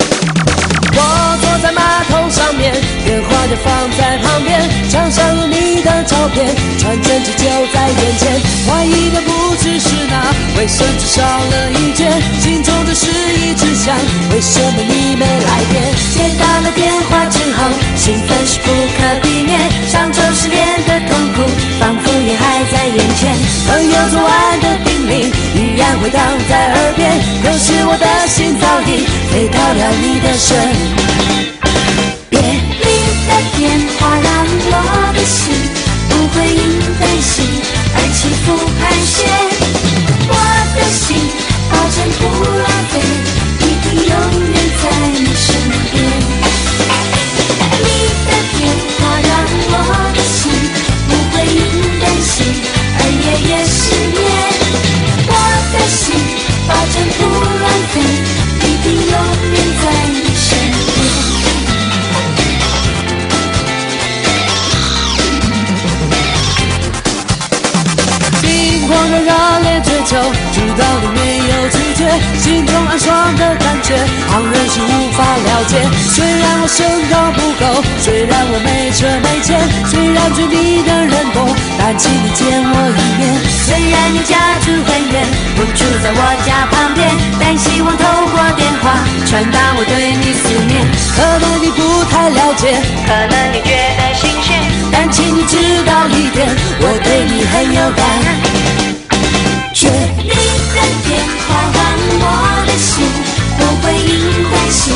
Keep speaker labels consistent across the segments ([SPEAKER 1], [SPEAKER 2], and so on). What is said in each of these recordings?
[SPEAKER 1] 我坐在马桶上面，电话就放在旁边，墙上有你的照片，传真机就在眼前。怀疑的不只是那卫生纸少了一卷，心中的事一直想，为什么你没来电？接打了电话之后，兴奋是不可避免，上周失恋的痛苦仿佛也还在眼前，朋友昨晚的叮咛依然回荡在耳边，可是我的心早已飞到了你的身。别你的电话让我的心不会因担心而起伏盘旋，我的心保证不浪费，一定永远在你身边。你的电话让我的心不会因担心而夜夜失眠，我的心保证不浪费，一定永远在你身边。心狂热热烈追求，直到你没有拒绝，心中暗爽的感觉，旁人是无法了解。虽然我身高不够，虽然我没车没钱，虽然追你的人多，但请你见我一面。虽然你家住很远，不住在我家旁边，但希望透过电话传达我对你思念。可能你不太了解，可能你觉得新鲜，但请你知道一点，我对你很有感。绝。你的电话让我的心不会因担心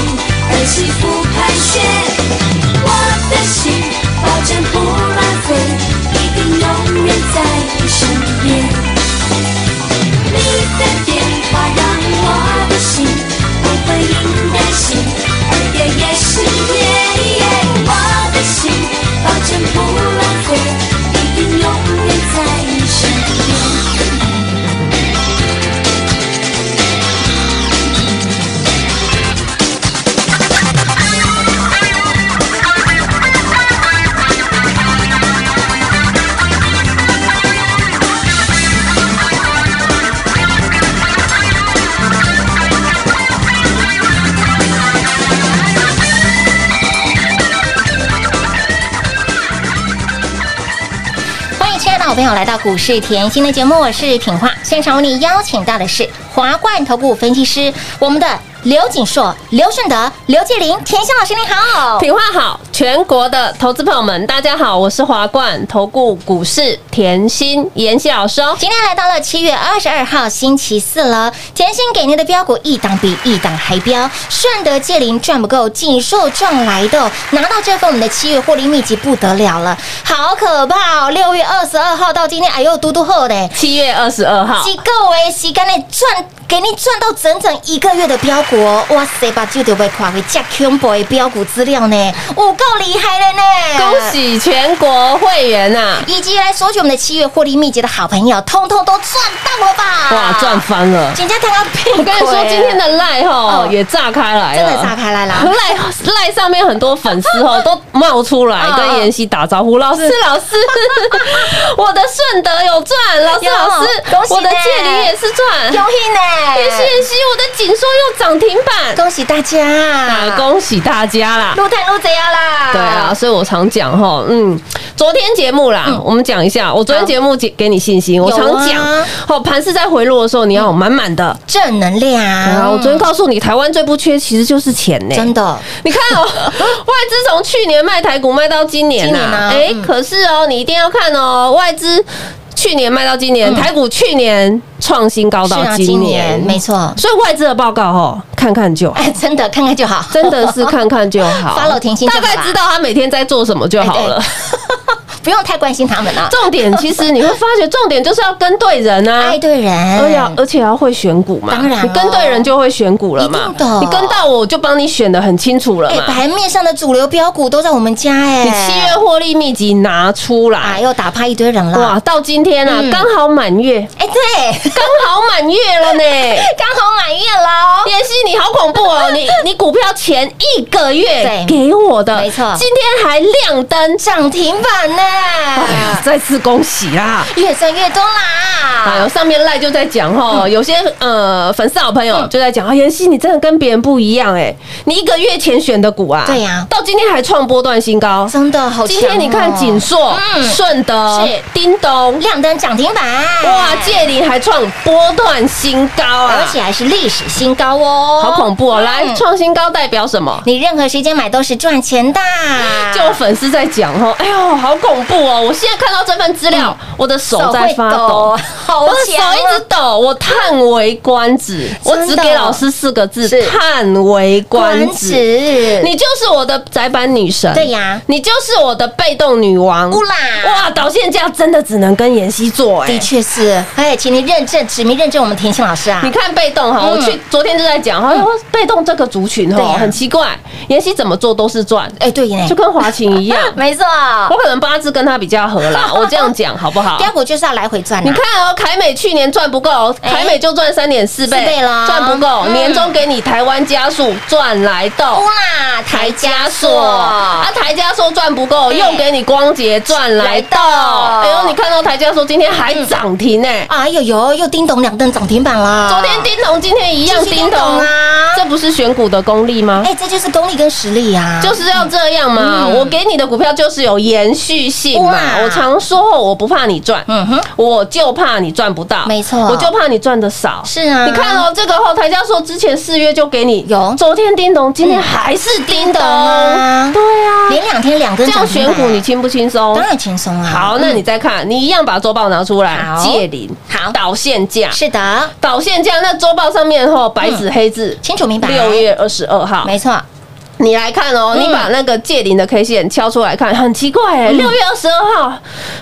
[SPEAKER 1] 而起伏盘旋，我的心保证不浪费，一定永远在你身边。你的电话让我的心不会因担心而夜夜失眠，我的心保证不浪费，一定永远在你身边。
[SPEAKER 2] 欢迎亲爱的好朋友来到股市甜心的节目，我是品化。现场为你邀请到的是华冠投顾分析师，我们的刘锦硕、刘顺德、刘继林，甜心老师你好。
[SPEAKER 3] 品话好，全国的投资朋友们，大家好，我是华冠投顾股市甜心妍希老师哦。
[SPEAKER 2] 今天来到了七月二十二号星期四了，甜心给您的标股一档比一档还标，顺德借零赚不够，锦硕赚来的哦、拿到这份我们的七月获利秘籍不得了了，好可怕哦！六月二十二号到今天，哎呦，嘟嘟后的欸，
[SPEAKER 3] 七月二十二号，
[SPEAKER 2] 机构哎，时间内赚给你赚到整整一个月的标股哦，哇塞，把九九被跨回加 combo 的标股资料呢，五够厉害了呢，
[SPEAKER 3] 恭！喜全国会员啊呐、
[SPEAKER 2] 以及来索取我们的七月获利秘籍的好朋友，通通都赚到了吧？
[SPEAKER 3] 哇，赚！翻了！
[SPEAKER 2] 人家刚刚屁股
[SPEAKER 3] 我跟你说，今天的赖吼
[SPEAKER 2] 哦
[SPEAKER 3] 也炸开来
[SPEAKER 2] 真
[SPEAKER 3] 了，
[SPEAKER 2] 的炸开来 啦！
[SPEAKER 3] 赖赖上面很多粉丝 哦都冒出来
[SPEAKER 2] 嗯
[SPEAKER 3] 跟妍希打招呼，老师老师， 我的顺德有赚，老师
[SPEAKER 2] 有
[SPEAKER 3] 老师
[SPEAKER 2] 恭，喜
[SPEAKER 3] 我的
[SPEAKER 2] 呢
[SPEAKER 3] 借零也是赚，
[SPEAKER 2] 恭喜
[SPEAKER 3] 妍希
[SPEAKER 2] 呢！
[SPEAKER 3] 妍希，我的锦硕又涨停板，
[SPEAKER 2] 恭喜大
[SPEAKER 3] 啊，
[SPEAKER 2] 家！
[SPEAKER 3] 恭喜大家啦！
[SPEAKER 2] 撸碳撸贼啊啦！
[SPEAKER 3] 对啊，，所以我常讲哈，嗯，昨天节目啦，我们讲一下，我昨天节目给给你信心，我
[SPEAKER 2] 有啊
[SPEAKER 3] 常讲，哦，盘势在回落的时候，你要有满满的。
[SPEAKER 2] 正能
[SPEAKER 3] 啊，
[SPEAKER 2] 量！
[SPEAKER 3] 我昨天告诉你，台湾最不缺其实就是钱呢、
[SPEAKER 2] 嗯真的
[SPEAKER 3] 你看 哦，外资从去年卖台股卖到今年
[SPEAKER 2] 今年啊
[SPEAKER 3] 呐、哎、
[SPEAKER 2] 嗯
[SPEAKER 3] 可是哦，你一定要看哦，外资去年卖到今年，台股去年创新高
[SPEAKER 2] 嗯是
[SPEAKER 3] 到
[SPEAKER 2] 啊，
[SPEAKER 3] 今年，
[SPEAKER 2] 今年没错，
[SPEAKER 3] 所以外资的报告哦，看看就好。
[SPEAKER 2] 哎，真的看看就好，
[SPEAKER 3] 真的是看看就好
[SPEAKER 2] Follow 甜心就哎
[SPEAKER 3] 大
[SPEAKER 2] 好啦
[SPEAKER 3] 概知道他每天在做什么就好了。
[SPEAKER 2] 不用太关心他们了。啊
[SPEAKER 3] 重点其实你会发觉，重点就是要跟对人啊，
[SPEAKER 2] 爱哎对人，
[SPEAKER 3] 而且而且要会选股嘛，
[SPEAKER 2] 当然哦
[SPEAKER 3] 你跟对人就会选股了嘛
[SPEAKER 2] 一定的，
[SPEAKER 3] 你跟到我，我就帮你选的很清楚了
[SPEAKER 2] 哎，
[SPEAKER 3] 嘛。
[SPEAKER 2] 盘面上的主流标股都在我们家哎，
[SPEAKER 3] 呃你七月获利秘籍拿出
[SPEAKER 2] 啊
[SPEAKER 3] 来，
[SPEAKER 2] 又打趴一堆人
[SPEAKER 3] 哇，
[SPEAKER 2] 了，
[SPEAKER 3] 到今天啊
[SPEAKER 2] 嗯，
[SPEAKER 3] 刚好满月，
[SPEAKER 2] 哎对，
[SPEAKER 3] 刚好满月了呢。
[SPEAKER 2] 刚好满月了，
[SPEAKER 3] 妍希，你好恐怖哦！你你股票前一个
[SPEAKER 2] 对
[SPEAKER 3] 月给我的，
[SPEAKER 2] 没错
[SPEAKER 3] 今天还亮灯，
[SPEAKER 2] 涨停板
[SPEAKER 3] 哎呀
[SPEAKER 2] 呢，
[SPEAKER 3] 再次恭喜啦！
[SPEAKER 2] 越赚越多
[SPEAKER 3] 哎呦，
[SPEAKER 2] 啦，
[SPEAKER 3] 上面赖就在讲
[SPEAKER 2] 嗯
[SPEAKER 3] 哈，有些呃粉丝好朋友就在讲啊，妍希你真的跟别人不一样哎，你一个月前选的股啊，
[SPEAKER 2] 对呀
[SPEAKER 3] 到今天还创波段新高。
[SPEAKER 2] 真的好强
[SPEAKER 3] 今
[SPEAKER 2] 哦，
[SPEAKER 3] 天你看锦硕、
[SPEAKER 2] 嗯
[SPEAKER 3] 顺德
[SPEAKER 2] 是、
[SPEAKER 3] 叮咚，
[SPEAKER 2] 亮灯涨停板，
[SPEAKER 3] 哇，借零还创波段新高啊
[SPEAKER 2] 而，且还是历史新高哦，
[SPEAKER 3] 好恐怖哦！来
[SPEAKER 2] 嗯
[SPEAKER 3] 创新高代表什么？
[SPEAKER 2] 你任何时间买都是赚钱的，
[SPEAKER 3] 就有粉丝在讲哦，哎呦，好恐怖哦！我现在看到这份资料，我的手在
[SPEAKER 2] 嗯会
[SPEAKER 3] 发
[SPEAKER 2] 抖
[SPEAKER 3] 抖，，
[SPEAKER 2] 好
[SPEAKER 3] 我的
[SPEAKER 2] 强
[SPEAKER 3] 手
[SPEAKER 2] 啊
[SPEAKER 3] 一直抖，我叹为观止。我
[SPEAKER 2] 真的
[SPEAKER 3] 只给老师四个字
[SPEAKER 2] 是：
[SPEAKER 3] 叹为观
[SPEAKER 2] 关
[SPEAKER 3] 止。
[SPEAKER 2] 子，
[SPEAKER 3] 你就是我的窄板女神，
[SPEAKER 2] 对呀
[SPEAKER 3] 你就是我的被动女王。
[SPEAKER 2] 乌啦
[SPEAKER 3] 哇，导线架真的只能跟妍希做哎
[SPEAKER 2] 的。确是，哎，请你认证指名认证我们田心老师啊
[SPEAKER 3] 你，看被动哈，
[SPEAKER 2] 嗯
[SPEAKER 3] 我去昨天就在讲哈，被动这个族群
[SPEAKER 2] 对呀
[SPEAKER 3] 哈很奇怪，妍希怎么做都是赚，
[SPEAKER 2] 哎，对呢。
[SPEAKER 3] 就，跟华勤一样
[SPEAKER 2] 没错，
[SPEAKER 3] 我可能八字跟他比较合 啦，我这样讲好不好？
[SPEAKER 2] 标股就是要来回赚
[SPEAKER 3] 你
[SPEAKER 2] 啊，
[SPEAKER 3] 看哦，凯美去年赚不够，
[SPEAKER 2] 哎
[SPEAKER 3] 凯美就赚三点四
[SPEAKER 2] 四倍
[SPEAKER 3] 倍
[SPEAKER 2] 啦
[SPEAKER 3] 赚不够，
[SPEAKER 2] 嗯
[SPEAKER 3] 年终给你台湾加速赚来豆
[SPEAKER 2] 乌。啦，台加
[SPEAKER 3] 硕
[SPEAKER 2] 索，
[SPEAKER 3] 啊，台加速赚不够，
[SPEAKER 2] 对
[SPEAKER 3] 用给你光洁赚来豆。
[SPEAKER 2] 来豆
[SPEAKER 3] 哎呦，你看到台加速今天还涨停呢，
[SPEAKER 2] 哎呦呦，又叮咚两灯涨停板了，
[SPEAKER 3] 昨天叮咚，今天一样
[SPEAKER 2] 继续
[SPEAKER 3] 叮
[SPEAKER 2] 叮
[SPEAKER 3] 咚
[SPEAKER 2] 咚啊
[SPEAKER 3] 这不是选股的功力吗？
[SPEAKER 2] 哎，这就是功力跟实力啊，
[SPEAKER 3] 就是要这样嘛，
[SPEAKER 2] 嗯
[SPEAKER 3] 我给你的股票就是有延续性嘛
[SPEAKER 2] 哇。
[SPEAKER 3] 我常说，我不怕你赚，
[SPEAKER 2] 嗯哼，
[SPEAKER 3] 我就怕你赚不到，
[SPEAKER 2] 没错
[SPEAKER 3] 我就怕你赚的少。
[SPEAKER 2] 是啊，
[SPEAKER 3] 你看，哦，这个后台教授之前四月就给你
[SPEAKER 2] 有
[SPEAKER 3] 昨天叮咚，今天还是叮
[SPEAKER 2] 叮咚
[SPEAKER 3] 咚，
[SPEAKER 2] 啊
[SPEAKER 3] 对啊，
[SPEAKER 2] 连两天两根
[SPEAKER 3] 这
[SPEAKER 2] 涨
[SPEAKER 3] 样
[SPEAKER 2] 停
[SPEAKER 3] 选
[SPEAKER 2] 板
[SPEAKER 3] 股你轻不轻松
[SPEAKER 2] 当？然轻松啊，
[SPEAKER 3] 好，那你再看，你一样把周报拿出来
[SPEAKER 2] 好，
[SPEAKER 3] 借零，
[SPEAKER 2] 好
[SPEAKER 3] 导线价，
[SPEAKER 2] 是的，
[SPEAKER 3] 导线价，那周报上面吼白纸黑字，
[SPEAKER 2] 清楚明白，
[SPEAKER 3] 六月哎二十二号，
[SPEAKER 2] 没错，
[SPEAKER 3] 你来看哦，
[SPEAKER 2] 嗯
[SPEAKER 3] 你把那个借零的 K 线敲出来看，很奇怪哎，六月二十二号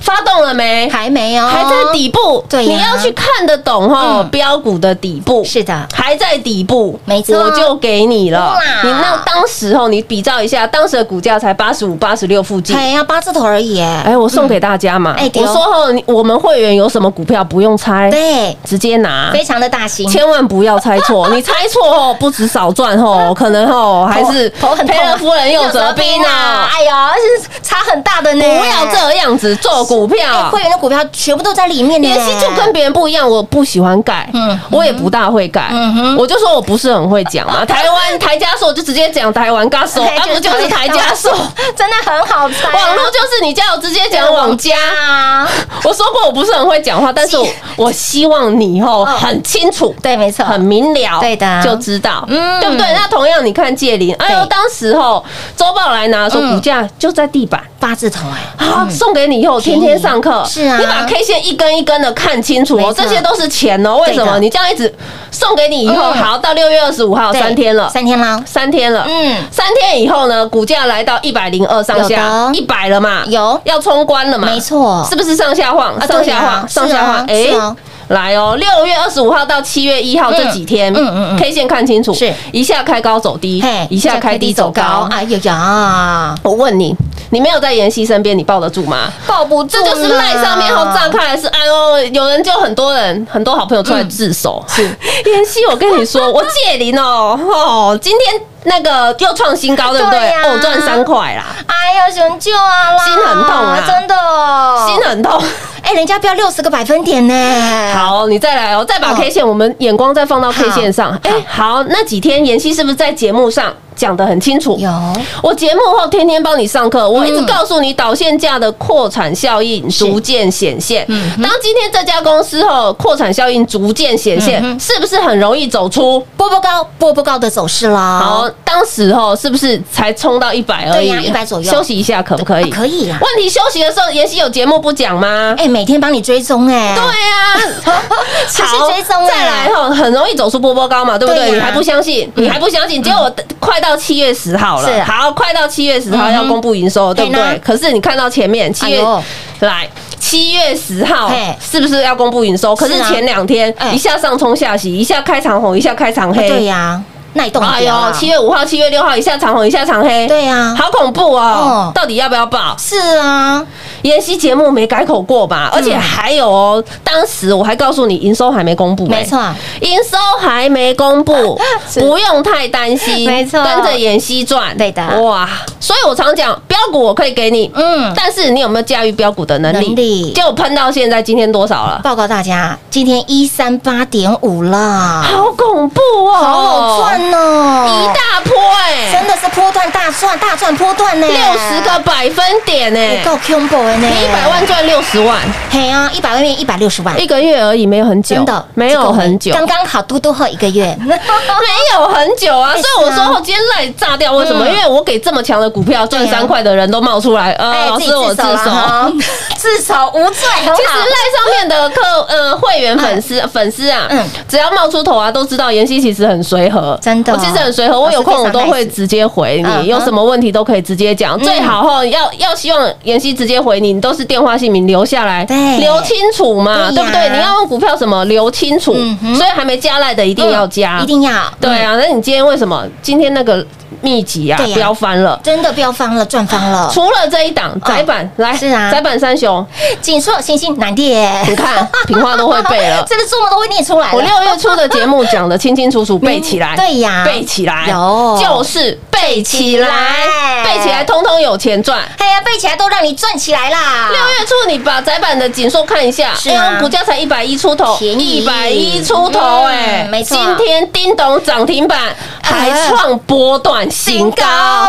[SPEAKER 3] 发动了没？
[SPEAKER 2] 还没有，
[SPEAKER 3] 还在底部，
[SPEAKER 2] 哦对呀
[SPEAKER 3] 你要去看得懂哦，
[SPEAKER 2] 嗯
[SPEAKER 3] 标股的底部
[SPEAKER 2] 是的
[SPEAKER 3] 还在底部，
[SPEAKER 2] 没错
[SPEAKER 3] 我就给你了
[SPEAKER 2] 哇。
[SPEAKER 3] 你那当时候你比照一下，当时的股价才八十五、八十六附近。
[SPEAKER 2] 哎呀，八字头而已，哎
[SPEAKER 3] 哎，我送给大家嘛。
[SPEAKER 2] 哎对
[SPEAKER 3] 我
[SPEAKER 2] 哦
[SPEAKER 3] 说后你我们会员有什么股票不用猜，
[SPEAKER 2] 对，
[SPEAKER 3] 直接拿。
[SPEAKER 2] 非常的大型，
[SPEAKER 3] 千万不要猜错， 你猜错哦，不止少赚哦，可能哦还是
[SPEAKER 2] 头很痛
[SPEAKER 3] 赔
[SPEAKER 2] 啊
[SPEAKER 3] 了夫人又折兵啊！
[SPEAKER 2] 哎呀，是差很大的呢，
[SPEAKER 3] 不要这样子做股
[SPEAKER 2] 哎，
[SPEAKER 3] 票
[SPEAKER 2] 会，员的股票全部都在里面呢，
[SPEAKER 3] 妍希就跟别人不一样，我不喜欢改，
[SPEAKER 2] 嗯
[SPEAKER 3] 我也不大会改，
[SPEAKER 2] 嗯哼
[SPEAKER 3] 我就说我不是很会讲 嘛。台湾台加速我就直接讲台湾加速，
[SPEAKER 2] 哎
[SPEAKER 3] 啊不就是台加速？
[SPEAKER 2] 真的很好猜啊，
[SPEAKER 3] 网络就是你叫我直接讲网家，
[SPEAKER 2] 啊，
[SPEAKER 3] 我说过我不是很会讲话，但是我
[SPEAKER 2] 是
[SPEAKER 3] 我希望你哦
[SPEAKER 2] 嗯
[SPEAKER 3] 很清楚。
[SPEAKER 2] 对，没错，
[SPEAKER 3] 很明了，
[SPEAKER 2] 对的
[SPEAKER 3] 就知道，
[SPEAKER 2] 嗯
[SPEAKER 3] 对不对？那同样，你看借零，哎呦，
[SPEAKER 2] 对
[SPEAKER 3] 当时候周报来拿的时候，
[SPEAKER 2] 嗯
[SPEAKER 3] 股价就在地板，
[SPEAKER 2] 八字头哎，
[SPEAKER 3] 好，啊送给你以后
[SPEAKER 2] 便宜
[SPEAKER 3] 天天上课，
[SPEAKER 2] 是啊
[SPEAKER 3] 你把 K 线一根一根的看清楚
[SPEAKER 2] 没
[SPEAKER 3] 哦，
[SPEAKER 2] 错
[SPEAKER 3] 这些都是钱哦。为
[SPEAKER 2] 对
[SPEAKER 3] 什
[SPEAKER 2] 的
[SPEAKER 3] 么你这样一直送给你以后，
[SPEAKER 2] 嗯
[SPEAKER 3] 好到六月二十五号
[SPEAKER 2] 对
[SPEAKER 3] 三天了，
[SPEAKER 2] 三天啦，
[SPEAKER 3] 三天了，
[SPEAKER 2] 嗯，
[SPEAKER 3] 三天以后呢，股价来到一百零二上下
[SPEAKER 2] 有，的
[SPEAKER 3] 一百了嘛，
[SPEAKER 2] 有
[SPEAKER 3] 要冲关了嘛，
[SPEAKER 2] 没错
[SPEAKER 3] 是不是上下晃
[SPEAKER 2] 啊？
[SPEAKER 3] 上下
[SPEAKER 2] 对啊
[SPEAKER 3] 晃，上下晃，
[SPEAKER 2] 是啊是啊
[SPEAKER 3] 来哦，六月二十五号到七月一号
[SPEAKER 2] 嗯
[SPEAKER 3] 这几天，
[SPEAKER 2] 嗯嗯嗯
[SPEAKER 3] k 线看清楚，
[SPEAKER 2] 是
[SPEAKER 3] 一下开高走低，一下开低走高。啊
[SPEAKER 2] 哎呦呀，
[SPEAKER 3] 我问你，你没有在妍希身边，你抱得住吗？
[SPEAKER 2] 抱不住
[SPEAKER 3] 这
[SPEAKER 2] 啦，
[SPEAKER 3] 就是赖上面后炸开来是，哎呦，有人就很多人，很多好朋友出来自首。是妍希，我跟你说，我借零哦，哦，今天那个又创新高，对不对？
[SPEAKER 2] 对呀
[SPEAKER 3] 哦，赚三块啦，
[SPEAKER 2] 哎呀，熊救啊啦，
[SPEAKER 3] 心很痛啊
[SPEAKER 2] 真的哦，
[SPEAKER 3] 心很痛。
[SPEAKER 2] 哎，人家标六十个百分点呢，，
[SPEAKER 3] 好，你再来哦，再把
[SPEAKER 2] 哎哦
[SPEAKER 3] K 线，我们眼光再放到 K
[SPEAKER 2] 好
[SPEAKER 3] 线上。哎，好，那几天妍希是不是在节目上讲得很清楚？
[SPEAKER 2] 有。
[SPEAKER 3] 我节目后天天帮你上
[SPEAKER 2] 嗯
[SPEAKER 3] 课，我一直告诉你导线价的扩产效应逐渐显现。
[SPEAKER 2] 嗯
[SPEAKER 3] 当今天这家公司后扩产效应逐渐显现，
[SPEAKER 2] 嗯哼
[SPEAKER 3] 是不是很容易走出？
[SPEAKER 2] 波波高，波波高的走势啦。
[SPEAKER 3] 好，当时候是不是才冲到一百而
[SPEAKER 2] 对
[SPEAKER 3] 已？
[SPEAKER 2] 呀100左右
[SPEAKER 3] 休息一下可不可以？
[SPEAKER 2] 啊可以啦。
[SPEAKER 3] 问题休息的时候，妍希有节目不讲吗？
[SPEAKER 2] 哎、每天帮你追踪哎、
[SPEAKER 3] 对啊呀、
[SPEAKER 2] 持续
[SPEAKER 3] 好
[SPEAKER 2] 追踪哎
[SPEAKER 3] 再来吼，很容易走出波波高嘛，对不
[SPEAKER 2] 对呀嗯
[SPEAKER 3] 对？你还不相信？你还不相信？结果我快到到七月十号了，
[SPEAKER 2] 是啊
[SPEAKER 3] 好，快到七月十号
[SPEAKER 2] 嗯哼
[SPEAKER 3] 要公布营收，对不
[SPEAKER 2] 嘿呢
[SPEAKER 3] 对？可是你看到前面七
[SPEAKER 2] 哎
[SPEAKER 3] 月
[SPEAKER 2] 呦
[SPEAKER 3] 来。七月十号
[SPEAKER 2] 嘿
[SPEAKER 3] 是不是要公布营收？可是
[SPEAKER 2] 是啊
[SPEAKER 3] 前两天
[SPEAKER 2] 哎哦
[SPEAKER 3] 一下上冲下洗，一下开长红，一下开长黑，
[SPEAKER 2] 对呀，那一栋
[SPEAKER 3] 哎
[SPEAKER 2] 屌
[SPEAKER 3] 呦，
[SPEAKER 2] 啊
[SPEAKER 3] 七月五号、七月六号一下长红，一下长黑，
[SPEAKER 2] 对呀
[SPEAKER 3] 好恐怖哦
[SPEAKER 2] 哦！
[SPEAKER 3] 到底要不要报？
[SPEAKER 2] 是啊，
[SPEAKER 3] 妍希节目没改口过
[SPEAKER 2] 嗯
[SPEAKER 3] 吧？而且还有哦，当时我还告诉你营收还没公布，
[SPEAKER 2] 没错
[SPEAKER 3] 哎。营收还没公布，
[SPEAKER 2] 是
[SPEAKER 3] 不用太担心，
[SPEAKER 2] 没错
[SPEAKER 3] 跟着妍希赚，
[SPEAKER 2] 对的
[SPEAKER 3] 哇！所以我常讲，标股我可以给你，
[SPEAKER 2] 嗯，
[SPEAKER 3] 但是你有没有驾驭标股的能力？
[SPEAKER 2] 能力
[SPEAKER 3] 就喷到现在，今天多少了？
[SPEAKER 2] 报告大家，今天一三八点五了，
[SPEAKER 3] 好恐怖哦，
[SPEAKER 2] 好好赚
[SPEAKER 3] 一
[SPEAKER 2] 哦，
[SPEAKER 3] 大波哎，
[SPEAKER 2] 真的是波段大赚，大赚波段呢，
[SPEAKER 3] 六十个百分点哎
[SPEAKER 2] 也，够 combo 的呢，
[SPEAKER 3] 你一百万，赚六十万，
[SPEAKER 2] 嘿啊，一百万变一百六十万
[SPEAKER 3] 一。个月而已，没有很久，
[SPEAKER 2] 真的
[SPEAKER 3] 没有很久，
[SPEAKER 2] 刚刚好嘟嘟喝一个月，
[SPEAKER 3] 没有很久啊，
[SPEAKER 2] 哎
[SPEAKER 3] 所以我
[SPEAKER 2] 是啊
[SPEAKER 3] 说我今天赖炸掉，为什么？
[SPEAKER 2] 嗯
[SPEAKER 3] 因为我给这么强的股票赚
[SPEAKER 2] 对啊哎
[SPEAKER 3] 三块的人都冒出来，呃，老
[SPEAKER 2] 自
[SPEAKER 3] 师
[SPEAKER 2] 己
[SPEAKER 3] 我
[SPEAKER 2] 自
[SPEAKER 3] 自
[SPEAKER 2] 首了
[SPEAKER 3] 首。
[SPEAKER 2] 哈，自首无罪，很好
[SPEAKER 3] 其实赖上面的客呃会员粉丝粉丝啊
[SPEAKER 2] 嗯，
[SPEAKER 3] 只要冒出头啊，都知道妍希其实很随和，
[SPEAKER 2] 真的
[SPEAKER 3] 我其实很随和，我有空
[SPEAKER 2] 老师
[SPEAKER 3] 我
[SPEAKER 2] 非常
[SPEAKER 3] 都会
[SPEAKER 2] nice
[SPEAKER 3] 直接回
[SPEAKER 2] 嗯
[SPEAKER 3] 你，有
[SPEAKER 2] 嗯
[SPEAKER 3] 什么问题都可以直接讲。最好哈，要要希望妍希直接回你，你都是电话姓名留下来
[SPEAKER 2] 对，
[SPEAKER 3] 留清楚嘛，
[SPEAKER 2] 对呀
[SPEAKER 3] 对不对？你要问股票什么留清楚
[SPEAKER 2] 嗯，哼嗯
[SPEAKER 3] 所以还没加赖的一定要加，
[SPEAKER 2] 一定要，
[SPEAKER 3] 对啊，那你今天为什么今天那个秘籍啊
[SPEAKER 2] 嗯对呀
[SPEAKER 3] 飙翻了？
[SPEAKER 2] 真的飙翻了，赚翻了。
[SPEAKER 3] 除了这一档窄板，来
[SPEAKER 2] 是啊
[SPEAKER 3] 窄板三雄，
[SPEAKER 2] 锦硕、星星、南电，。
[SPEAKER 3] 你看平话都会背了
[SPEAKER 2] 真的做梦都会念出来了。
[SPEAKER 3] 我六月初的节目讲的清清楚楚，背起来，
[SPEAKER 2] 对呀
[SPEAKER 3] 背起来，
[SPEAKER 2] 有
[SPEAKER 3] 就是背起来，
[SPEAKER 2] 背起来
[SPEAKER 3] 背起来，通通有钱赚。
[SPEAKER 2] 哎呀，背起来都让你赚起来啦！
[SPEAKER 3] 六月初你把窄板的紧缩看一下，
[SPEAKER 2] 是啊
[SPEAKER 3] 哎呦股价才一百一出头，
[SPEAKER 2] 便宜
[SPEAKER 3] 一百一出头，哎
[SPEAKER 2] 嗯，没错
[SPEAKER 3] 今天叮咚涨停 板还
[SPEAKER 2] 哎
[SPEAKER 3] 创波段新高，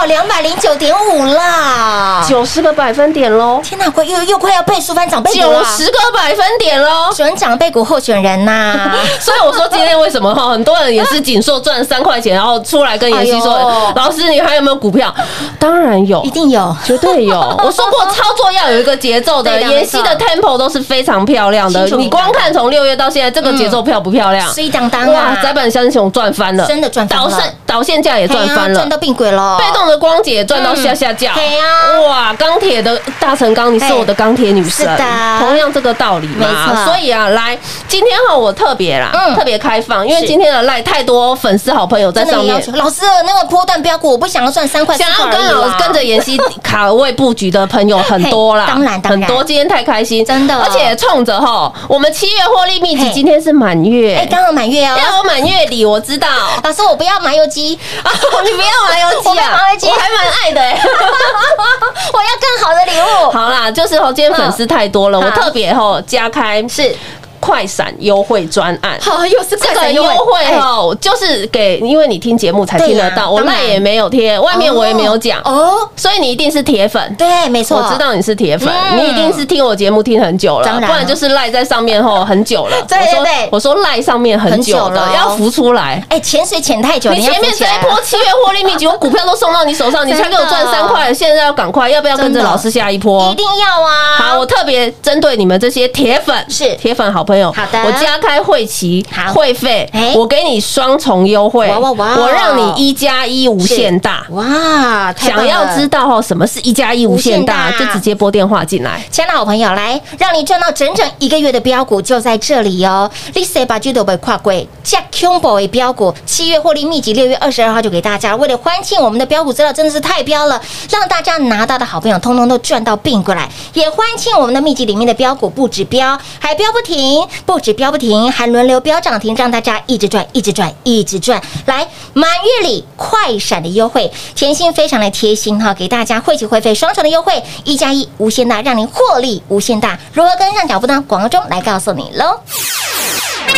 [SPEAKER 2] 两百零九点五啦！
[SPEAKER 3] 九十个百分点喽，
[SPEAKER 2] 天哪，快又又快要被淑帆长辈股
[SPEAKER 3] 九
[SPEAKER 2] 了，
[SPEAKER 3] 十个百分点喽。
[SPEAKER 2] 准长辈股候选人呐、
[SPEAKER 3] 所以我说今天为什么哈，很多人也是紧硕赚三块钱，然后出来跟妍希说
[SPEAKER 2] 哎呦：“
[SPEAKER 3] 老师，你还有没有股票？”当然有
[SPEAKER 2] 一。定有。
[SPEAKER 3] 绝 对有，我说过操作要有一个节奏的，
[SPEAKER 2] 对的
[SPEAKER 3] 妍希的
[SPEAKER 2] 没
[SPEAKER 3] tempo 都是非常漂亮的
[SPEAKER 2] 清。楚
[SPEAKER 3] 你光看从六月到现在，这个节奏漂不漂亮？
[SPEAKER 2] 所以当当
[SPEAKER 3] 哇
[SPEAKER 2] 啊，，
[SPEAKER 3] 窄板三雄赚翻了，
[SPEAKER 2] 真的赚翻了
[SPEAKER 3] 导线导线价也
[SPEAKER 2] 嘿啊
[SPEAKER 3] 赚
[SPEAKER 2] 哎呀
[SPEAKER 3] 翻了
[SPEAKER 2] 赚，到病鬼了，
[SPEAKER 3] 被动的光姐赚到下
[SPEAKER 2] 哦
[SPEAKER 3] 下
[SPEAKER 2] 嗯
[SPEAKER 3] 架，
[SPEAKER 2] 对啊
[SPEAKER 3] 哇，钢铁的大成钢，你是我的钢铁女神
[SPEAKER 2] 是的，
[SPEAKER 3] 同样这个道理
[SPEAKER 2] 没
[SPEAKER 3] 嘛，
[SPEAKER 2] 错
[SPEAKER 3] 所以啊，来，今天哈我特别啦
[SPEAKER 2] 嗯，
[SPEAKER 3] 特别开放，因
[SPEAKER 2] 是
[SPEAKER 3] 为今天的啊赖太多粉丝好朋友在
[SPEAKER 2] 真的
[SPEAKER 3] 上
[SPEAKER 2] 有要
[SPEAKER 3] 面
[SPEAKER 2] 求。。老师，那个波段标股，我不想要赚三块，
[SPEAKER 3] 想要
[SPEAKER 2] 四块
[SPEAKER 3] 跟
[SPEAKER 2] 而已啊啦
[SPEAKER 3] 老跟着妍希卡位布局的朋友很多啦，
[SPEAKER 2] 嘿 当然当然
[SPEAKER 3] 很多。今天太开心，
[SPEAKER 2] 真的
[SPEAKER 3] 而且冲着哈，我们七月获利秘
[SPEAKER 2] 嘿
[SPEAKER 3] 籍今天是满月，
[SPEAKER 2] 哎，刚好满月哦。
[SPEAKER 3] 要我满月礼，我知道。
[SPEAKER 2] 老师，我不要麻油 鸡，
[SPEAKER 3] 啊，你不要玩游
[SPEAKER 2] 我
[SPEAKER 3] 戏
[SPEAKER 2] 没有
[SPEAKER 3] 啊，
[SPEAKER 2] 玩游戏
[SPEAKER 3] 我还蛮爱的哎、
[SPEAKER 2] 欸 我要更好的礼物。
[SPEAKER 3] 好啦，就是吼，今天粉丝太多了，
[SPEAKER 2] 嗯
[SPEAKER 3] 我特别吼加开是快闪优惠专案。
[SPEAKER 2] 好，又是
[SPEAKER 3] 这个优惠哦，就是给，因为你听节目才听得
[SPEAKER 2] 对呀啊
[SPEAKER 3] 到，我
[SPEAKER 2] 当然
[SPEAKER 3] 那也没有贴，外面我也没有讲，
[SPEAKER 2] 哦。
[SPEAKER 3] 所以你一定是铁粉。
[SPEAKER 2] 对，没错，
[SPEAKER 3] 我知道你是铁粉，
[SPEAKER 2] 嗯
[SPEAKER 3] 你一定是听我节目听很久了，
[SPEAKER 2] 当然
[SPEAKER 3] 不然就是赖在上面吼很久了。
[SPEAKER 2] 对
[SPEAKER 3] 我说
[SPEAKER 2] 对对
[SPEAKER 3] 我说赖上面很久
[SPEAKER 2] 很久了
[SPEAKER 3] 的，要浮出来。
[SPEAKER 2] 哎，潜水潜太久，
[SPEAKER 3] 你前面这
[SPEAKER 2] 啊
[SPEAKER 3] 一波七月获利秘籍，我股票都送到你手上，你才给我赚
[SPEAKER 2] 真的
[SPEAKER 3] 三块，现在要赶快，要不要跟
[SPEAKER 2] 真
[SPEAKER 3] 着
[SPEAKER 2] 的
[SPEAKER 3] 老师下一波？
[SPEAKER 2] 一定要啊！
[SPEAKER 3] 好，我特别针对你们这些铁粉，
[SPEAKER 2] 是
[SPEAKER 3] 铁粉好朋友。
[SPEAKER 2] 好的
[SPEAKER 3] 我加开会期
[SPEAKER 2] 好、
[SPEAKER 3] 会费
[SPEAKER 2] 哎，
[SPEAKER 3] 我给你双重优惠，
[SPEAKER 2] 哇哇哇
[SPEAKER 3] 我让你一加一无限大。
[SPEAKER 2] 哇，太棒
[SPEAKER 3] 想
[SPEAKER 2] 了
[SPEAKER 3] 要知道哦什么是一加一无限
[SPEAKER 2] 无，
[SPEAKER 3] 大
[SPEAKER 2] 限
[SPEAKER 3] 就
[SPEAKER 2] 大
[SPEAKER 3] 直接拨电话进来。
[SPEAKER 2] 亲爱的好朋友，来让你赚到整整一个月的标股就在这里哦！你谁把巨头被跨过加 combo 为标股，七月获利秘籍，六月二十二号就给大家。为了欢庆我们的标股资料真的是太标了，让大家拿到的好朋友通通都赚到并过来，也欢庆我们的秘籍里面的标股不止标，还标不停，不止标不停，还轮流标涨停，让大家一直赚，一直赚，一直赚。来，满月里快闪的优惠，甜心非常的贴心哈，给大家汇集会费双重的优惠，一加一无限大，让您获利无限大。如何跟上脚步呢？广告中来告诉你喽。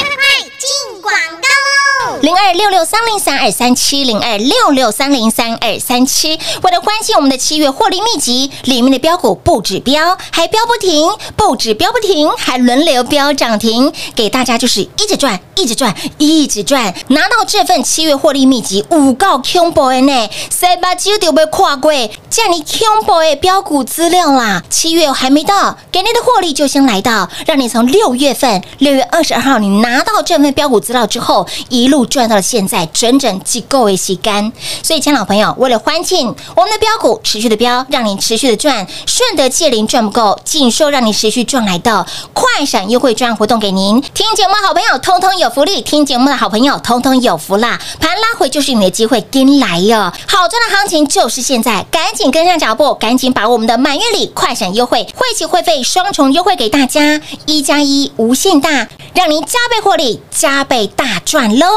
[SPEAKER 2] 零二六六三零三二三七零二六六三零三二三七。为了关心我们的七月获利秘籍里面的标股不止标，还标不停，不止标不停，还轮流标涨停，给大家就是一直赚，一直赚，一直赚。拿到这份七月获利秘籍，五告 Q boy 呢，塞巴九就被跨过，叫你 Q boy 的标股资料啦。七月还没到，给你的获利就先来到，让你从六月份六月二十二号你拿到这份标股资料之后，一路。度赚到了现在整整机构一吸干。所以，亲爱的老朋友，为了欢庆我们的标股持续的标，让你持续的赚，顺德借零赚不够，锦硕让你持续赚来的快闪优惠赚活动给您。听节目的好朋友，通通有福利；听节目的好朋友，通通有福啦！盘拉回就是你的机会，跟来哟、好赚的行情就是现在，赶紧跟上脚步，赶紧把握我们的满月礼快闪优惠，会期会费双重优惠给大家，一加一无限大，让您加倍获利，加倍大赚喽！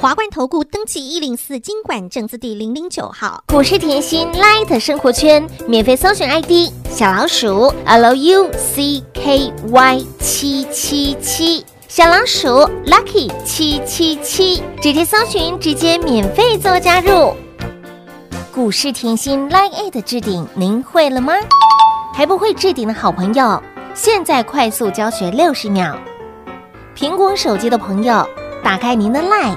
[SPEAKER 4] 华冠投顾登记一零四经管证字第零零九号，
[SPEAKER 5] 股市甜心 Light 生活圈免费搜寻 ID 小老鼠 Lucky 七七七，小老鼠 Lucky 七七七，直接搜寻，直接免费做加入。股市甜心 Light 置顶，您会了吗？还不会置顶的好朋友，现在快速教学六十秒。苹果手机的朋友，打开您的 LINE，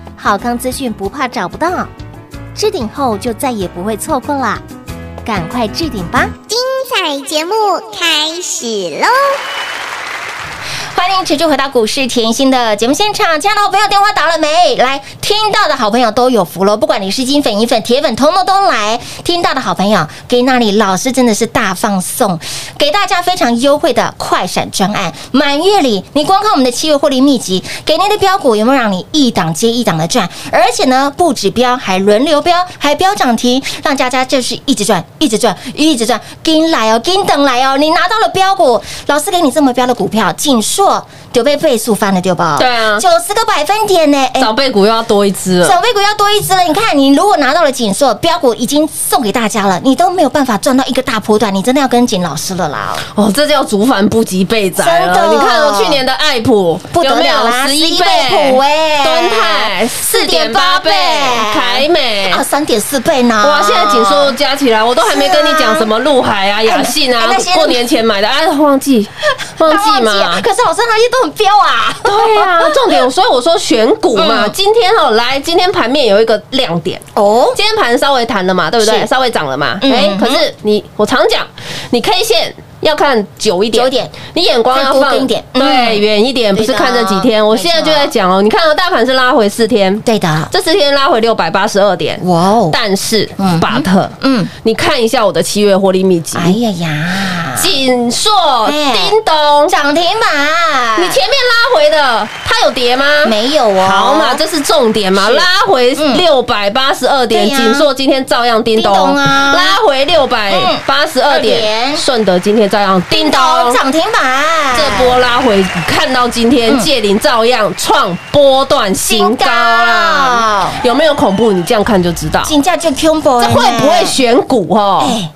[SPEAKER 5] 好康资讯不怕找不到，置顶后就再也不会错过啦，赶快置顶吧！
[SPEAKER 4] 彩节目开始喽！
[SPEAKER 2] 欢迎持续回到股市甜心的节目现场，亲爱的好朋友，电话打了没？来，听到的好朋友都有福了，不管你是金粉、银粉、铁粉，通通都来。听到的好朋友，给那里老师真的是大放送，给大家非常优惠的快闪专案。满月里，你光看我们的七月获利秘籍，给您的标股有没有让你一档接一档的赚？而且呢，不止标，还轮流标，还标涨停，让大家就是一直赚，一直赚，一直赚，跟来哦，跟等来哦。你拿到了标股，老师给你这么标的股票，锦硕就被倍数翻了，对吧？
[SPEAKER 3] 对啊
[SPEAKER 2] 九十个百分点呢，哎
[SPEAKER 3] 长辈股又要多一只了。
[SPEAKER 2] 长辈股要多一只了，你看，你如果拿到了锦硕标股，已经送给大家了，你都没有办法赚到一个大波段，你真的要跟紧老师了啦！
[SPEAKER 3] 哦，这叫竹繁不及备宰
[SPEAKER 2] 真的
[SPEAKER 3] 了。你看哦，去年的爱普
[SPEAKER 2] 不得了啦
[SPEAKER 3] 十
[SPEAKER 2] 11
[SPEAKER 3] 一
[SPEAKER 2] 倍普哎
[SPEAKER 3] 敦泰四点八倍，凯美
[SPEAKER 2] 啊，。三点四倍呢！
[SPEAKER 3] 哇，现在紧缩加起来，我都还没跟你讲什么陆海啊、雅信啊
[SPEAKER 2] 哎那些，
[SPEAKER 3] 过年前买的，哎，忘记忘
[SPEAKER 2] 大
[SPEAKER 3] 记
[SPEAKER 2] 旺季
[SPEAKER 3] 嘛
[SPEAKER 2] 啊，。可是老师那些都很彪啊！
[SPEAKER 3] 对啊，重点，所以我说选股嘛。
[SPEAKER 2] 嗯
[SPEAKER 3] 今天哦，来，今天盘面有一个亮点，
[SPEAKER 2] 哦，
[SPEAKER 3] 今天盘稍微弹了嘛，对不
[SPEAKER 2] 是
[SPEAKER 3] 对？稍微涨了嘛。
[SPEAKER 2] 嗯
[SPEAKER 3] 哎
[SPEAKER 2] 嗯，
[SPEAKER 3] 可是你，我常讲，你 K 线要看久一点，
[SPEAKER 2] 久一点，
[SPEAKER 3] 你眼光要
[SPEAKER 2] 看多
[SPEAKER 3] 放
[SPEAKER 2] 一点嗯
[SPEAKER 3] 对，远一点，不是
[SPEAKER 2] 对的
[SPEAKER 3] 看这几天。我现在就在讲哦，你看哦，大盘是拉回四天，
[SPEAKER 2] 对的，
[SPEAKER 3] 这四天拉回六百八十二点，
[SPEAKER 2] 哇哦，
[SPEAKER 3] 但是
[SPEAKER 2] 嗯
[SPEAKER 3] but
[SPEAKER 2] 嗯，
[SPEAKER 3] 你看一下我的七月获利秘籍，
[SPEAKER 2] 哎呀呀，
[SPEAKER 3] 锦硕
[SPEAKER 2] 哎
[SPEAKER 3] 叮咚，
[SPEAKER 2] 涨停板，
[SPEAKER 3] 你前面拉回的，它有跌吗？
[SPEAKER 2] 没有哦？
[SPEAKER 3] 好嘛，这是重点嘛，
[SPEAKER 2] 是
[SPEAKER 3] 拉回
[SPEAKER 2] 嗯
[SPEAKER 3] 六百八十二点，
[SPEAKER 2] 对呀
[SPEAKER 3] 锦硕今天照样叮
[SPEAKER 2] 叮咚
[SPEAKER 3] 咚
[SPEAKER 2] 啊
[SPEAKER 3] 拉回六百八十二
[SPEAKER 2] 嗯
[SPEAKER 3] 点，顺德今天照样叮咚。
[SPEAKER 2] 哦涨停板，
[SPEAKER 3] 这波拉回，你看到
[SPEAKER 2] 嗯
[SPEAKER 3] 今天借零照样创波段新高啦，有没有恐怖？你这样看就知道，
[SPEAKER 2] 竞价就 combo，
[SPEAKER 3] 这会不会
[SPEAKER 2] 呢
[SPEAKER 3] 选股哦？
[SPEAKER 2] 哎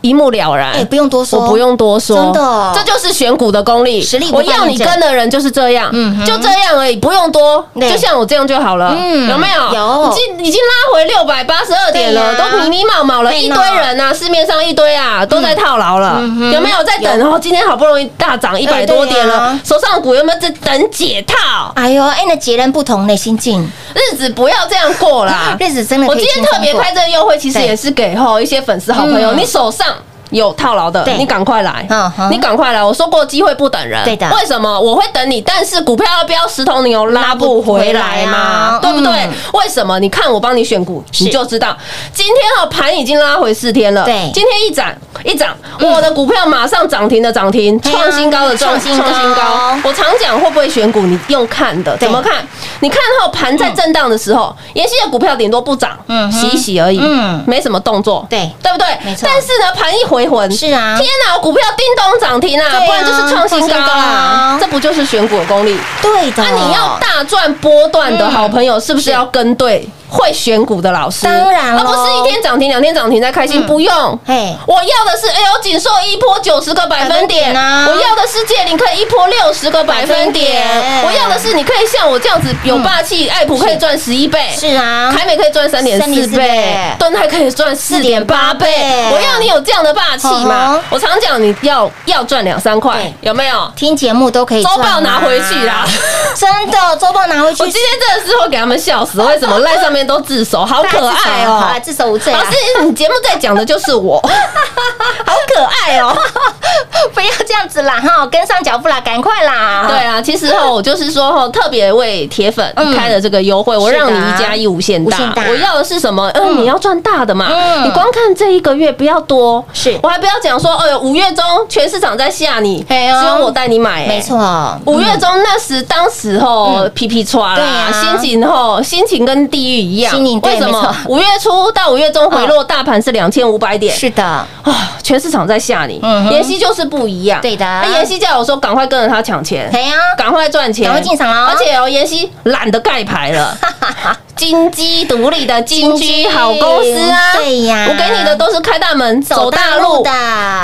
[SPEAKER 3] 一目了然。
[SPEAKER 2] 哎，不用多说，
[SPEAKER 3] 我不用多说，
[SPEAKER 2] 真的哦
[SPEAKER 3] 这就是选股的功力，
[SPEAKER 2] 实力无法
[SPEAKER 3] 我要你
[SPEAKER 2] 验证
[SPEAKER 3] 跟的人就是这样，
[SPEAKER 2] 嗯哼
[SPEAKER 3] 就这样而已，不用多，
[SPEAKER 2] 对
[SPEAKER 3] 就像我这样就好了，
[SPEAKER 2] 嗯
[SPEAKER 3] 有没有？
[SPEAKER 2] 有
[SPEAKER 3] 已经已经拉回六百八十二点了，
[SPEAKER 2] 对呀
[SPEAKER 3] 都迷迷毛毛了，
[SPEAKER 2] 对
[SPEAKER 3] 一
[SPEAKER 2] 呢
[SPEAKER 3] 堆人啊，市面上一堆啊，都在套牢了，
[SPEAKER 2] 嗯哼
[SPEAKER 3] 有没有在等？然后今天好不容易大涨一
[SPEAKER 2] 哎
[SPEAKER 3] 百多
[SPEAKER 2] 对呀
[SPEAKER 3] 点了，手上的股有没有在等解套？
[SPEAKER 2] 哎呦，哎，那截然不同呢，心境。。
[SPEAKER 3] 日子不要这样过啦
[SPEAKER 2] 日子真的
[SPEAKER 3] 我
[SPEAKER 2] 可以
[SPEAKER 3] 今
[SPEAKER 2] 轻
[SPEAKER 3] 天
[SPEAKER 2] 松
[SPEAKER 3] 特别
[SPEAKER 2] 过
[SPEAKER 3] 开这个优惠，其实
[SPEAKER 2] 对
[SPEAKER 3] 也是给后一些粉丝好朋友，
[SPEAKER 2] 嗯
[SPEAKER 3] 你手上。有套牢的
[SPEAKER 2] 对，
[SPEAKER 3] 你赶快来
[SPEAKER 2] 嗯哼，
[SPEAKER 3] 你赶快来！我说过，机会不等人。
[SPEAKER 2] 对的
[SPEAKER 3] 为什么我会等你？但是股票要标十头牛拉不回来
[SPEAKER 2] 拉
[SPEAKER 3] 嘛，
[SPEAKER 2] 不
[SPEAKER 3] 对不
[SPEAKER 2] 回来
[SPEAKER 3] 对
[SPEAKER 2] 啊嗯？
[SPEAKER 3] 为什么？你看我帮你选股，
[SPEAKER 2] 是
[SPEAKER 3] 你就知道。今天哦，盘已经拉回四天了。
[SPEAKER 2] 对嗯
[SPEAKER 3] 今天一涨一涨，我的股票马上涨停的涨停，
[SPEAKER 2] 对啊
[SPEAKER 3] 创新高的
[SPEAKER 2] 创
[SPEAKER 3] 创
[SPEAKER 2] 新
[SPEAKER 3] 新
[SPEAKER 2] 高
[SPEAKER 3] 高。我常讲会不会选股，你用看的，
[SPEAKER 2] 对
[SPEAKER 3] 怎么看？你看后盘在震荡的时候，妍希的股票顶多不涨，
[SPEAKER 2] 嗯哼
[SPEAKER 3] 洗一洗而已，
[SPEAKER 2] 嗯
[SPEAKER 3] 没什么动作，
[SPEAKER 2] 对
[SPEAKER 3] 对不对？
[SPEAKER 2] 没错
[SPEAKER 3] 但是呢，盘一回魂，
[SPEAKER 2] 是啊
[SPEAKER 3] 天哪，我股票叮咚涨停
[SPEAKER 2] 对
[SPEAKER 3] 啊，
[SPEAKER 2] 啊
[SPEAKER 3] 不然就是创新高
[SPEAKER 2] 创新高啊哦
[SPEAKER 3] 啊，这不就是选股的功力？
[SPEAKER 2] 对的，
[SPEAKER 3] 那啊你要大赚波段
[SPEAKER 2] 嗯
[SPEAKER 3] 的好朋友，是不是要跟对会选股的老师？
[SPEAKER 2] 当然嗯咯
[SPEAKER 3] 而不是一天涨停、两天涨停再开心，不用。
[SPEAKER 2] 嘿，
[SPEAKER 3] 我要的是 L 紧硕一波九十个百分
[SPEAKER 2] 百分点
[SPEAKER 3] 点
[SPEAKER 2] 啊
[SPEAKER 3] 我要的是借零可以一波六十个百分点
[SPEAKER 2] 百分点，嗯
[SPEAKER 3] 我要的是你可以像我这样子有霸气，爱普可以赚十一倍，
[SPEAKER 2] 是啊，
[SPEAKER 3] 凯美可以赚三点四
[SPEAKER 2] 3.4
[SPEAKER 3] 倍
[SPEAKER 2] 倍，
[SPEAKER 3] 敦泰可以赚四点八倍
[SPEAKER 2] 4.8。
[SPEAKER 3] 我要你有这样的霸气
[SPEAKER 2] 嗯
[SPEAKER 3] 嘛
[SPEAKER 2] 哼！
[SPEAKER 3] 我常讲你要要赚两三块
[SPEAKER 2] 对，
[SPEAKER 3] 有没有？
[SPEAKER 2] 听节目都可以
[SPEAKER 3] 周
[SPEAKER 2] 赚
[SPEAKER 3] 报
[SPEAKER 2] 啊
[SPEAKER 3] 拿回去啦！
[SPEAKER 2] 真的周报拿回去，
[SPEAKER 3] 我今天真的是会给他们笑死，为什么赖上面都自首，好可爱
[SPEAKER 2] 好
[SPEAKER 3] 哦
[SPEAKER 2] 啦，！至少无罪啊
[SPEAKER 3] 老师，你节目在讲的就是我，好可爱哦！
[SPEAKER 2] 不要这样子啦哈，跟上脚步啦，赶快啦！
[SPEAKER 3] 对啊，其实哦，我就是说 哦，特别为铁粉
[SPEAKER 2] 嗯
[SPEAKER 3] 开了这个优惠，我
[SPEAKER 2] 是的
[SPEAKER 3] 让你一加一无限
[SPEAKER 2] 无限
[SPEAKER 3] 大
[SPEAKER 2] 大。
[SPEAKER 3] 我要的是什么？嗯，你要赚大的嘛
[SPEAKER 2] 嗯。
[SPEAKER 3] 你光看这一个月不要多，
[SPEAKER 2] 是
[SPEAKER 3] 我还不要讲说，哎呦，五月中全市场在吓你，只
[SPEAKER 2] 嘿哦
[SPEAKER 3] 有我带你买，哎
[SPEAKER 2] 没。错，嗯
[SPEAKER 3] 五月中那时，当时吼皮皮抓
[SPEAKER 2] 对啊
[SPEAKER 3] 啦，心情吼心情跟地狱一样
[SPEAKER 2] 心情。对
[SPEAKER 3] 为什
[SPEAKER 2] 没错嗯
[SPEAKER 3] 么五月初到五月中回落，大盘是两千五百点，
[SPEAKER 2] 是的，
[SPEAKER 3] 啊，全市场在吓你
[SPEAKER 2] 嗯哼。
[SPEAKER 3] 妍希就是不一样，
[SPEAKER 2] 对的
[SPEAKER 3] 那妍希叫我说赶快跟着他抢钱，
[SPEAKER 2] 哎呀，
[SPEAKER 3] 赶快赚钱，
[SPEAKER 2] 赶快进场了哦
[SPEAKER 3] 而且哦，妍希懒得盖牌了， 金鸡独立的金居好公司啊，
[SPEAKER 2] 对呀
[SPEAKER 3] 我给你的都是开大门走大路
[SPEAKER 2] 的，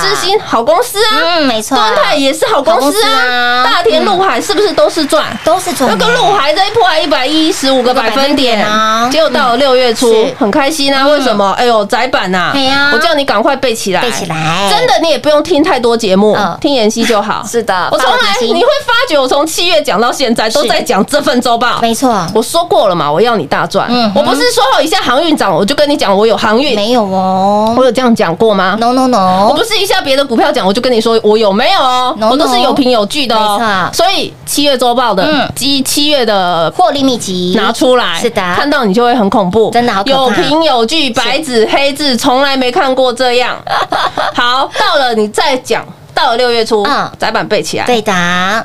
[SPEAKER 3] 知心好公司啊，
[SPEAKER 2] 嗯，没错，
[SPEAKER 3] 端泰也是好
[SPEAKER 2] 好公
[SPEAKER 3] 公
[SPEAKER 2] 司
[SPEAKER 3] 司
[SPEAKER 2] 啊嗯
[SPEAKER 3] 啊，大田陆海是不是都是赚？
[SPEAKER 2] 都是准
[SPEAKER 3] 那
[SPEAKER 2] 的
[SPEAKER 3] 个陆海这一波还一百一十五个百分
[SPEAKER 2] 100
[SPEAKER 3] 点
[SPEAKER 2] 啊
[SPEAKER 3] 结果到了六月初
[SPEAKER 2] 是，嗯
[SPEAKER 3] 很开心啊！为什么？哎呦，窄板呐
[SPEAKER 2] 对啊！
[SPEAKER 3] 我叫你赶快背起来，
[SPEAKER 2] 背起来，
[SPEAKER 3] 真的，你也不用听太多节目
[SPEAKER 2] 嗯，
[SPEAKER 3] 听妍希就 好。
[SPEAKER 2] 是的
[SPEAKER 3] 我从
[SPEAKER 2] 报
[SPEAKER 3] 来
[SPEAKER 2] 纸听
[SPEAKER 3] 你会发觉，我从七月讲到现在都在讲这份周报。
[SPEAKER 2] 没错，
[SPEAKER 3] 我说过了嘛，我要你大赚
[SPEAKER 2] 嗯。
[SPEAKER 3] 我不是说好一下航运涨，我就跟你讲我有航运，
[SPEAKER 2] 没有哦
[SPEAKER 3] 我有这样讲过吗？
[SPEAKER 2] ，no no
[SPEAKER 3] 我
[SPEAKER 2] no，
[SPEAKER 3] 不是一下别的股票讲，我就跟你说我有没有哦
[SPEAKER 2] No，no，
[SPEAKER 3] 我都是有凭有据的哦
[SPEAKER 2] 没错。
[SPEAKER 3] 所以七月周报
[SPEAKER 2] 嗯
[SPEAKER 3] 的七七月的
[SPEAKER 2] 获利秘籍
[SPEAKER 3] 拿出来，
[SPEAKER 2] 是的
[SPEAKER 3] 看到你就会很恐怖，
[SPEAKER 2] 真的好可怕
[SPEAKER 3] 有凭有据，白纸黑字，从来没看过这 样。好，到了你再讲，到了六月初
[SPEAKER 2] 嗯，
[SPEAKER 3] 窄板背起来，
[SPEAKER 2] 对的，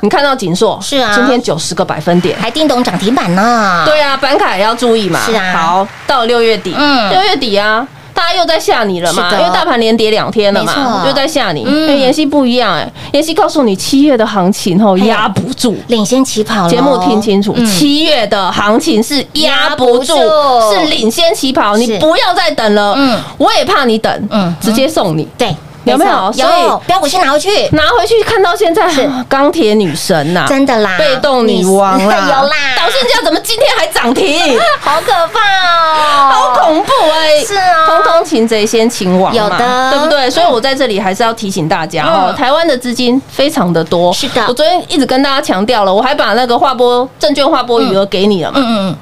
[SPEAKER 3] 你看到锦硕
[SPEAKER 2] 是啊
[SPEAKER 3] 今天九十个百分点。
[SPEAKER 2] 还叮咚涨停板呢，
[SPEAKER 3] 对啊，板卡也要注意嘛。
[SPEAKER 2] 是啊
[SPEAKER 3] 好，到了六月底，
[SPEAKER 2] 嗯
[SPEAKER 3] 六月底啊，大家又在吓你了嘛，
[SPEAKER 2] 是的
[SPEAKER 3] 因为大盘连跌两天了
[SPEAKER 2] 没
[SPEAKER 3] 嘛
[SPEAKER 2] 错，
[SPEAKER 3] 又在吓你。
[SPEAKER 2] 嗯
[SPEAKER 3] 因为妍希不一样哎，妍希告诉你七月的行情后
[SPEAKER 2] 嘿
[SPEAKER 3] 压不住。
[SPEAKER 2] 领先起跑了，
[SPEAKER 3] 节目听清楚，
[SPEAKER 2] 哎嗯
[SPEAKER 3] 七月的行情是压不住，
[SPEAKER 2] 压不住
[SPEAKER 3] 是领先起跑，
[SPEAKER 2] 是
[SPEAKER 3] 你不要再等了。
[SPEAKER 2] 嗯
[SPEAKER 3] 嗯，我也怕你等，
[SPEAKER 2] 嗯
[SPEAKER 3] 嗯，直接送你。
[SPEAKER 2] 对，
[SPEAKER 3] 有没有
[SPEAKER 2] 错
[SPEAKER 3] 所以嗯
[SPEAKER 2] 有，标股先拿回去，
[SPEAKER 3] 拿回去看到现在，啊钢铁女神呐、
[SPEAKER 2] 真的啊啦，
[SPEAKER 3] 被动女王啦，
[SPEAKER 2] 有啦，
[SPEAKER 3] 到现在怎么今天还涨停？
[SPEAKER 2] 好可怕哦，
[SPEAKER 3] 好恐怖哎、
[SPEAKER 2] 是啊
[SPEAKER 3] 通通擒贼先擒王嘛，
[SPEAKER 2] 有的
[SPEAKER 3] 对不对？所以我在这里还是要提醒大家哦，
[SPEAKER 2] 嗯
[SPEAKER 3] 台湾的资金非常的多。
[SPEAKER 2] 是的
[SPEAKER 3] 我昨天一直跟大家强调了，我还把那个划拨证券划拨余额给你了嘛。
[SPEAKER 2] 嗯，嗯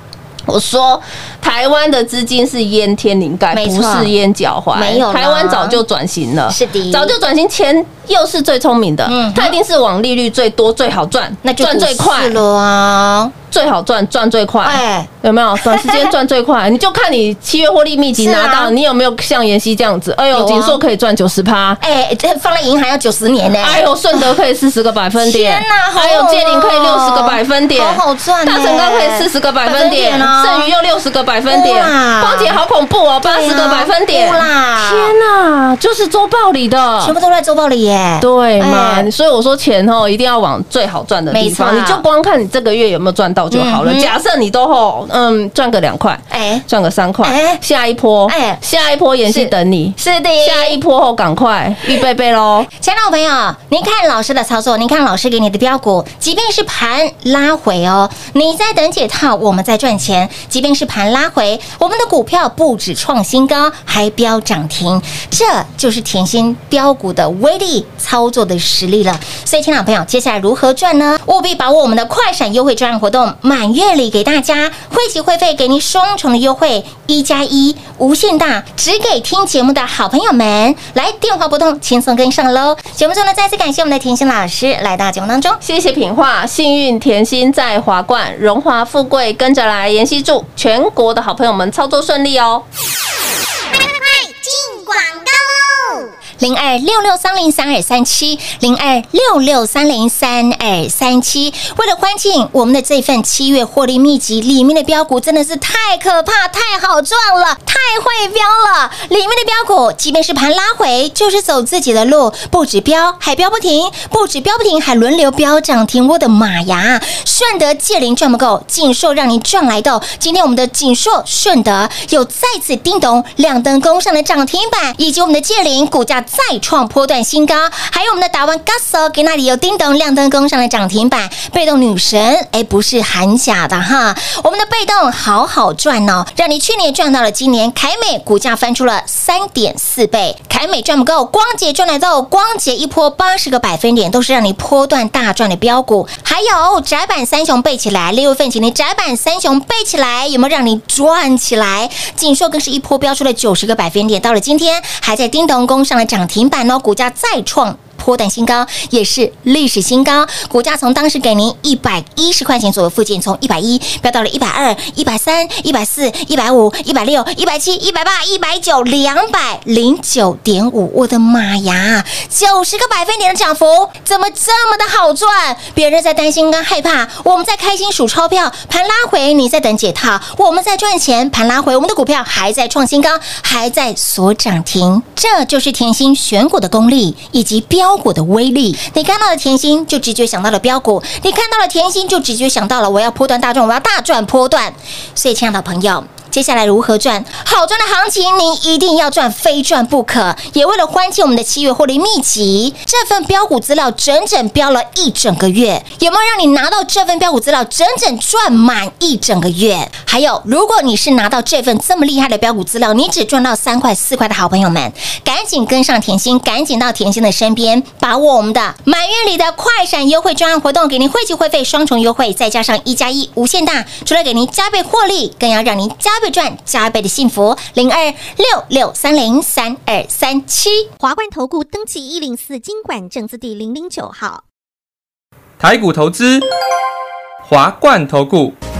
[SPEAKER 3] 我说，台湾的资金是淹天灵盖，
[SPEAKER 2] 没错
[SPEAKER 3] 不是淹脚踝。
[SPEAKER 2] 没有啦
[SPEAKER 3] 台湾早就转型了，
[SPEAKER 2] 是的
[SPEAKER 3] 早就转型前又是最聪明的
[SPEAKER 2] 嗯，
[SPEAKER 3] 他一定是往利率最多、最好赚
[SPEAKER 2] 那、就
[SPEAKER 3] 赚最快
[SPEAKER 2] 是、了啊，
[SPEAKER 3] 最好赚、赚最快。
[SPEAKER 2] 哎，
[SPEAKER 3] 有没有短时间赚最快？你就看你七月获利秘籍
[SPEAKER 2] 是啊
[SPEAKER 3] 拿到，你有没有像妍希这样子？哎
[SPEAKER 2] 有
[SPEAKER 3] 呦，
[SPEAKER 2] 啊
[SPEAKER 3] 锦硕可以赚九十趴，
[SPEAKER 2] 哎，这放在银行要九十年呢、
[SPEAKER 3] 哎呦，顺德可以四十个百分点，
[SPEAKER 2] 啊天哪好
[SPEAKER 3] 还有
[SPEAKER 2] 猛
[SPEAKER 3] 借零可以
[SPEAKER 2] 哦
[SPEAKER 3] 六十个百分点，
[SPEAKER 2] 好好赚呢
[SPEAKER 3] 大成高可以四十个百分点，
[SPEAKER 2] 百分点哦
[SPEAKER 3] 剩余又六十个百分点
[SPEAKER 2] 哇，
[SPEAKER 3] 光姐好恐怖哦，八十个百分点，
[SPEAKER 2] 哭啦
[SPEAKER 3] 天哪，就是周报里的，
[SPEAKER 2] 全部都在周报里耶，
[SPEAKER 3] 对嘛？
[SPEAKER 2] 哎
[SPEAKER 3] 所以我说钱哦，一定要往最好赚的地方，
[SPEAKER 2] 没错
[SPEAKER 3] 你就光看你这个月有没有赚到就好了。
[SPEAKER 2] 嗯哼
[SPEAKER 3] 假设你都吼，嗯，赚个两块，
[SPEAKER 2] 哎
[SPEAKER 3] 赚个三块
[SPEAKER 2] 哎，
[SPEAKER 3] 下一波，
[SPEAKER 2] 哎
[SPEAKER 3] 下一波延续
[SPEAKER 2] 是
[SPEAKER 3] 等你。
[SPEAKER 2] 是的
[SPEAKER 3] 下一波后赶快预备备喽！
[SPEAKER 2] 亲爱的朋友，您看老师的操作，您看老师给你的标股，即便是盘拉回哦，你在等解套，我们在赚钱；即便是盘拉回，我们的股票不止创新高，还飙涨停，这就是甜心标股的威力，操作的实力了。所以，亲爱的朋友，接下来如何赚呢？务必把握我们的快闪优惠专案活动，满月礼给大家，汇集会费给您双重的优惠，一加一无限大，只给听节目的好朋友们。来电话拨通，轻松跟上喽。节目中呢，再次感谢我们的甜心老师来到节目当中。
[SPEAKER 3] 谢谢品画，幸运甜心在华冠，荣华富贵跟着来。妍希祝全国的好朋友们操作顺利哦！
[SPEAKER 4] 进广告喽！
[SPEAKER 2] 零二六六三零三二三七，零二六六三零三二三七。为了欢庆我们的这份七月获利秘籍，里面的标股真的是太可怕、太好赚了、太会标了。里面的标股，即便是盘拉回，就是走自己的路，不止标，还标不停，不止标不停，还轮流标涨停。我的妈呀！顺德借零赚不够，锦硕让您赚来的。今天我们的锦硕、顺德有再次叮咚亮灯攻上的涨停板，以及我们的借零股价再创波段新高，还有我们的达湾 Gaso 给那里有叮咚亮灯攻上的涨停板，被动女神哎不是喊假的哈，我们的被动好好赚哦，让你去年赚到了，今年凯美股价翻出了三点四倍，凯美赚不够，光捷赚来到光捷一波八十个百分点，都是让你波段大赚的标股，还有窄板三雄背起来，六月份请你窄板三雄背起来，有没有让你赚起来？锦硕更是一波标出了九十个百分点，到了今天还在叮咚攻上了涨停板哦，股价再创。波段新高也是历史新高，股价从当时给您一百一十块钱左右附近，从一百一飙到了一百二、一百三、一百四、一百五、一百六、一百七、一百八、一百九、两百零九点五，我的妈呀，九十个百分点的涨幅，怎么这么的好赚？别人在担心跟害怕，我们在开心数钞票，盘拉回你在等解套，我们在赚钱，盘拉回我们的股票还在创新高，还在锁涨停，这就是甜心选股的功力以及标股的威力。你看到了甜心，就直觉想到了标股；你看到了甜心，就直觉想到了我要波段大赚，我要大赚波段。所以，亲爱的朋友。接下来如何赚好赚的行情，您一定要赚，非赚不可。也为了欢庆我们的七月获利秘籍，这份标股资料整整标了一整个月，有没有让你拿到这份标股资料整整赚满一整个月？还有，如果你是拿到这份这么厉害的标股资料，你只赚到三块四块的好朋友们，赶紧跟上甜心，赶紧到甜心的身边，把握我们的满月里的快闪优惠专案活动，给您汇集会费双重优惠，再加上一加一无限大，除了给您加倍获利，更要让您加倍赚、加倍的幸福。零二六六三零三二三七。
[SPEAKER 4] 华冠投顾登记一零四经管证字第零零九号。
[SPEAKER 6] 台股投资，华冠投顾。